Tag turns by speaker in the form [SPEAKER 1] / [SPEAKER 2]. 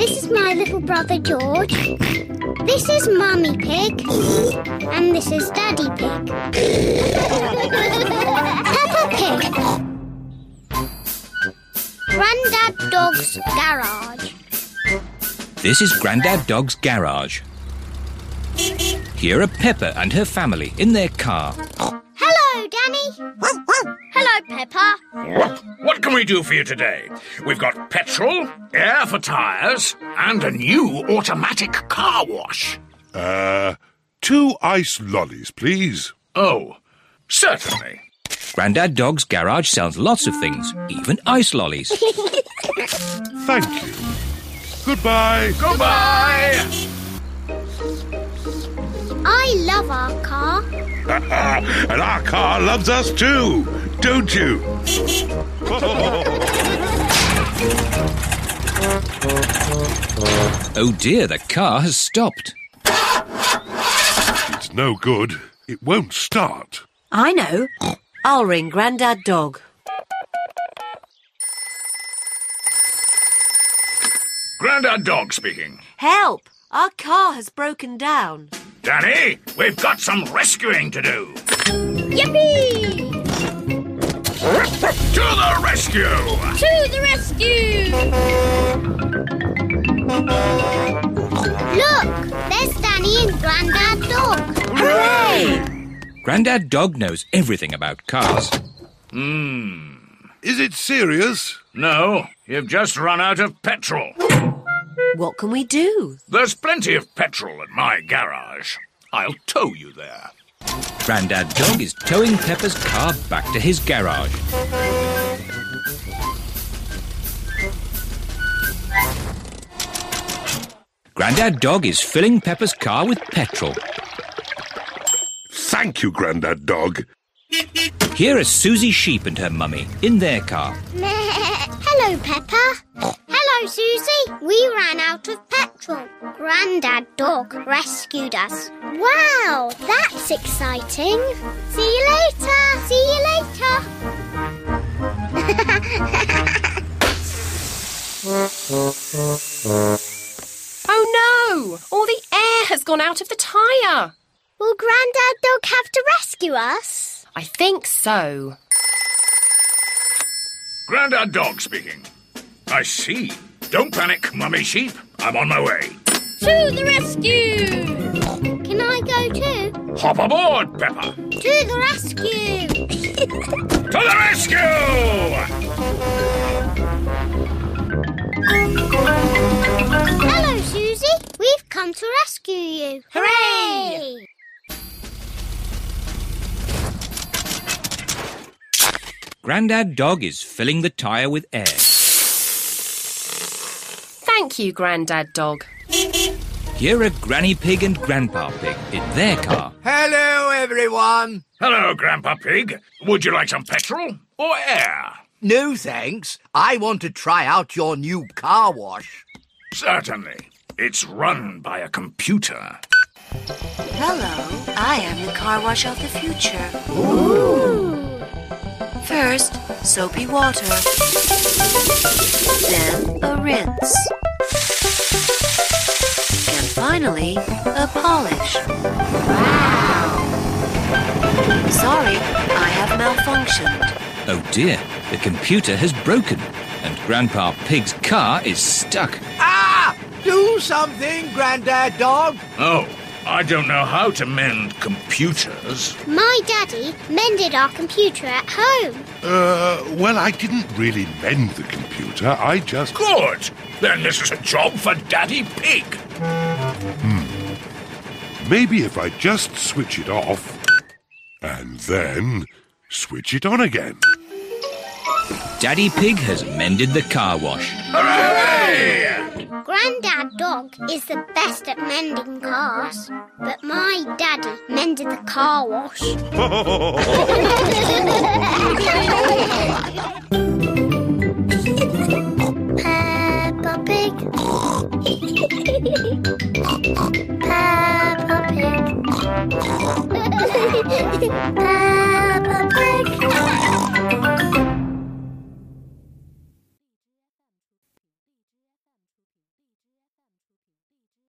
[SPEAKER 1] little brother George. This is Mummy Pig. And this is Daddy Pig. Peppa Pig. Grandad Dog's Garage.
[SPEAKER 2] This is Grandad Dog's garage. Here are Pepper and her family in their car.
[SPEAKER 1] Hello, Danny. Hello, Peppa.
[SPEAKER 3] What can we do for you today? We've got petrol, air for tyres, and a new automatic car wash.
[SPEAKER 4] Uh, two ice lollies, please.
[SPEAKER 3] Oh, certainly.
[SPEAKER 2] Grandad Dog's garage sells lots of things, even ice lollies.
[SPEAKER 4] Thank you. Goodbye.
[SPEAKER 3] Goodbye!
[SPEAKER 1] I love our car.
[SPEAKER 4] and our car loves us too, don't you?
[SPEAKER 2] Oh dear, the car has stopped.
[SPEAKER 4] It's no good. It won't start.
[SPEAKER 5] I know. I'll ring Grandad Dog.
[SPEAKER 3] Grandad Dog speaking.
[SPEAKER 5] Help! Our car has broken down.
[SPEAKER 3] Danny, we've got some rescuing to do.
[SPEAKER 1] Yippee!
[SPEAKER 3] To the rescue!
[SPEAKER 1] To the rescue! Look, there's Danny and Grandad Dog.
[SPEAKER 2] Grandad Dog knows everything about cars.
[SPEAKER 4] Is it serious?
[SPEAKER 3] No, you've just run out of petrol.
[SPEAKER 5] What can we do?
[SPEAKER 3] There's plenty of petrol at my garage. I'll tow you there.
[SPEAKER 2] Grandad Dog is towing Pepper's car back to his garage. Grandad Dog is filling Pepper's car with petrol.
[SPEAKER 4] Thank you, Grandad Dog.
[SPEAKER 2] Here are Susie Sheep and her mummy in their car.
[SPEAKER 1] Hello, Peppa. Hello, Susie. We ran out of petrol. Grandad Dog rescued us. Wow, that's exciting. See you later. See you later.
[SPEAKER 6] Oh no! All the air has gone out of the tyre.
[SPEAKER 1] Will Grandad Dog have to rescue us?
[SPEAKER 6] I think so.
[SPEAKER 3] Grandad Dog speaking. I see. Don't panic, Mummy Sheep. I'm on my way.
[SPEAKER 1] To the rescue! Can I go too?
[SPEAKER 3] Hop aboard, Pepper.
[SPEAKER 1] To the rescue!
[SPEAKER 3] To the rescue!
[SPEAKER 1] Hello, Susie. We've come to rescue you. Hooray!
[SPEAKER 2] Grandad Dog is filling the tyre with air.
[SPEAKER 6] Thank you, Grandad Dog.
[SPEAKER 2] Here are Granny Pig and Grandpa Pig in their car.
[SPEAKER 7] Hello, everyone.
[SPEAKER 3] Hello, Grandpa Pig. Would you like some petrol or air?
[SPEAKER 7] No thanks. I want to try out your new car wash.
[SPEAKER 3] Certainly. It's run by a computer.
[SPEAKER 8] Hello, I am the car wash of the future. First, soapy water. Then, a rinse. And finally, a polish. Wow! Sorry, I have malfunctioned.
[SPEAKER 2] Oh dear, the computer has broken, and Grandpa Pig's car is stuck.
[SPEAKER 7] Ah! Do something, Grandad Dog.
[SPEAKER 3] Oh, I don't know how to mend computers.
[SPEAKER 1] My daddy mended our computer at home.
[SPEAKER 4] Uh, well, I didn't really mend the computer. I just.
[SPEAKER 3] Good. Then this is a job for Daddy Pig.
[SPEAKER 4] Maybe if I just switch it off and then switch it on again.
[SPEAKER 2] Daddy Pig has mended the car wash.
[SPEAKER 1] Grandad Dog is the best at mending cars, but my daddy mended the car wash.